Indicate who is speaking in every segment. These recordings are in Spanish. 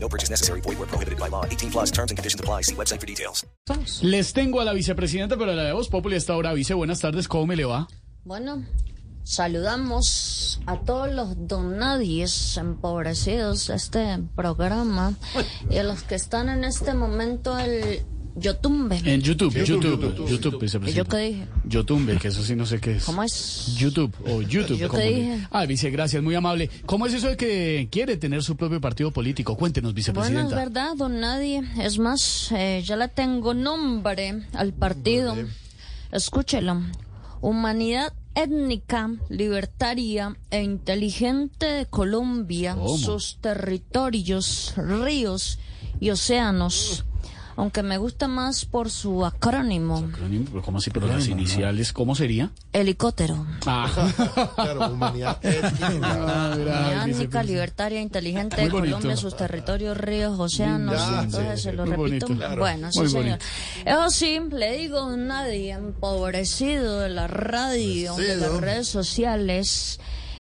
Speaker 1: No purchase necessary. Void where prohibited by law. 18 plus terms and conditions apply. See website for details.
Speaker 2: Les tengo a la vicepresidenta, pero a la de Voz Populi hasta ahora. Vice, buenas tardes, ¿cómo me le va?
Speaker 3: Bueno, saludamos a todos los donadies empobrecidos de este programa y a los que están en este momento el Yotumbe.
Speaker 2: En YouTube, YouTube, YouTube, vicepresidenta.
Speaker 3: ¿Yo qué dije?
Speaker 2: YouTube, que eso sí no sé qué es.
Speaker 3: ¿Cómo es?
Speaker 2: YouTube o YouTube.
Speaker 3: ¿Yo qué
Speaker 2: como-
Speaker 3: dije?
Speaker 2: Ah, vice, gracias, muy amable. ¿Cómo es eso de que quiere tener su propio partido político? Cuéntenos,
Speaker 3: Bueno, es
Speaker 2: vicepresidenta.
Speaker 3: verdad, don Nadie. Es más, eh, ya le tengo nombre al partido. Escúchelo. Humanidad étnica, libertaria e inteligente de Colombia,
Speaker 2: ¿Cómo?
Speaker 3: sus territorios, ríos y océanos. Aunque me gusta más por su acrónimo,
Speaker 2: Acrónimo, pero ¿Cómo así? Pero las iniciales, ¿cómo sería?
Speaker 3: helicóptero.
Speaker 2: Ah,
Speaker 4: Claro, humanidad étnica.
Speaker 2: mira,
Speaker 3: Humanidad étnica,
Speaker 2: vicepresidenta.
Speaker 3: libertaria, e inteligente de
Speaker 2: Muy bonito.
Speaker 3: Colombia, sus territorios, ríos, océanos.
Speaker 4: Linda.
Speaker 3: Entonces, se lo
Speaker 2: Muy
Speaker 3: repito.
Speaker 2: bonito. Claro.
Speaker 3: Bueno, sí,
Speaker 2: Muy
Speaker 3: señor.
Speaker 2: bonito.
Speaker 3: Eso sí, le digo a nadie empobrecido de la radio, de las
Speaker 4: Empobrecido.
Speaker 3: redes sociales.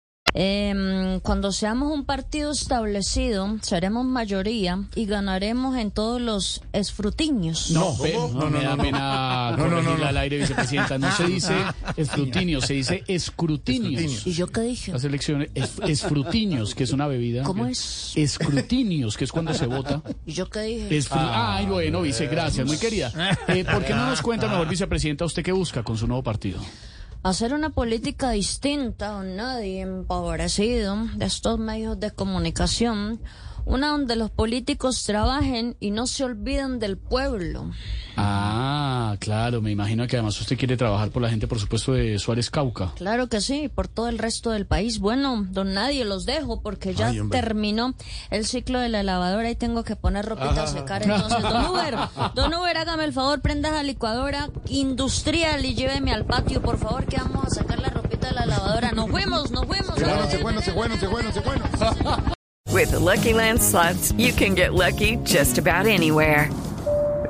Speaker 3: Em, cuando seamos un partido establecido, seremos mayoría y ganaremos en todos los esfrutinios.
Speaker 2: No, pe- no, me da pena corregirla al aire, vicepresidenta. No se dice escrutinio, se dice escrutinios.
Speaker 3: ¿Y yo qué dije?
Speaker 2: Las elecciones, es- esfrutinios, que es una bebida.
Speaker 3: ¿Cómo es?
Speaker 2: Escrutinios, que es cuando se vota.
Speaker 3: ¿Y yo qué dije?
Speaker 2: Esfru- Ay, bueno, vice, gracias, muy querida. Eh, ¿Por qué no nos cuenta mejor, vicepresidenta, usted qué busca con su nuevo partido?
Speaker 3: hacer una política distinta a nadie empobrecido de estos medios de comunicación, una donde los políticos trabajen y no se olviden del pueblo.
Speaker 2: Ah, claro, me imagino que además usted quiere trabajar por la gente, por supuesto, de Suárez Cauca.
Speaker 3: Claro que sí, por todo el resto del país. Bueno, don nadie los dejo porque ya
Speaker 4: Ay, hombre.
Speaker 3: terminó el ciclo de la lavadora y tengo que poner ropita a secar. Entonces, don Uber, don Uber, hágame el favor, prenda la licuadora industrial y lléveme al patio, por favor, que vamos a sacar la ropita de la lavadora. Nos fuimos, nos fuimos.
Speaker 4: bueno, se bueno, se bueno, se bueno, se bueno.
Speaker 5: With Lucky Land slots, you can get lucky just about anywhere.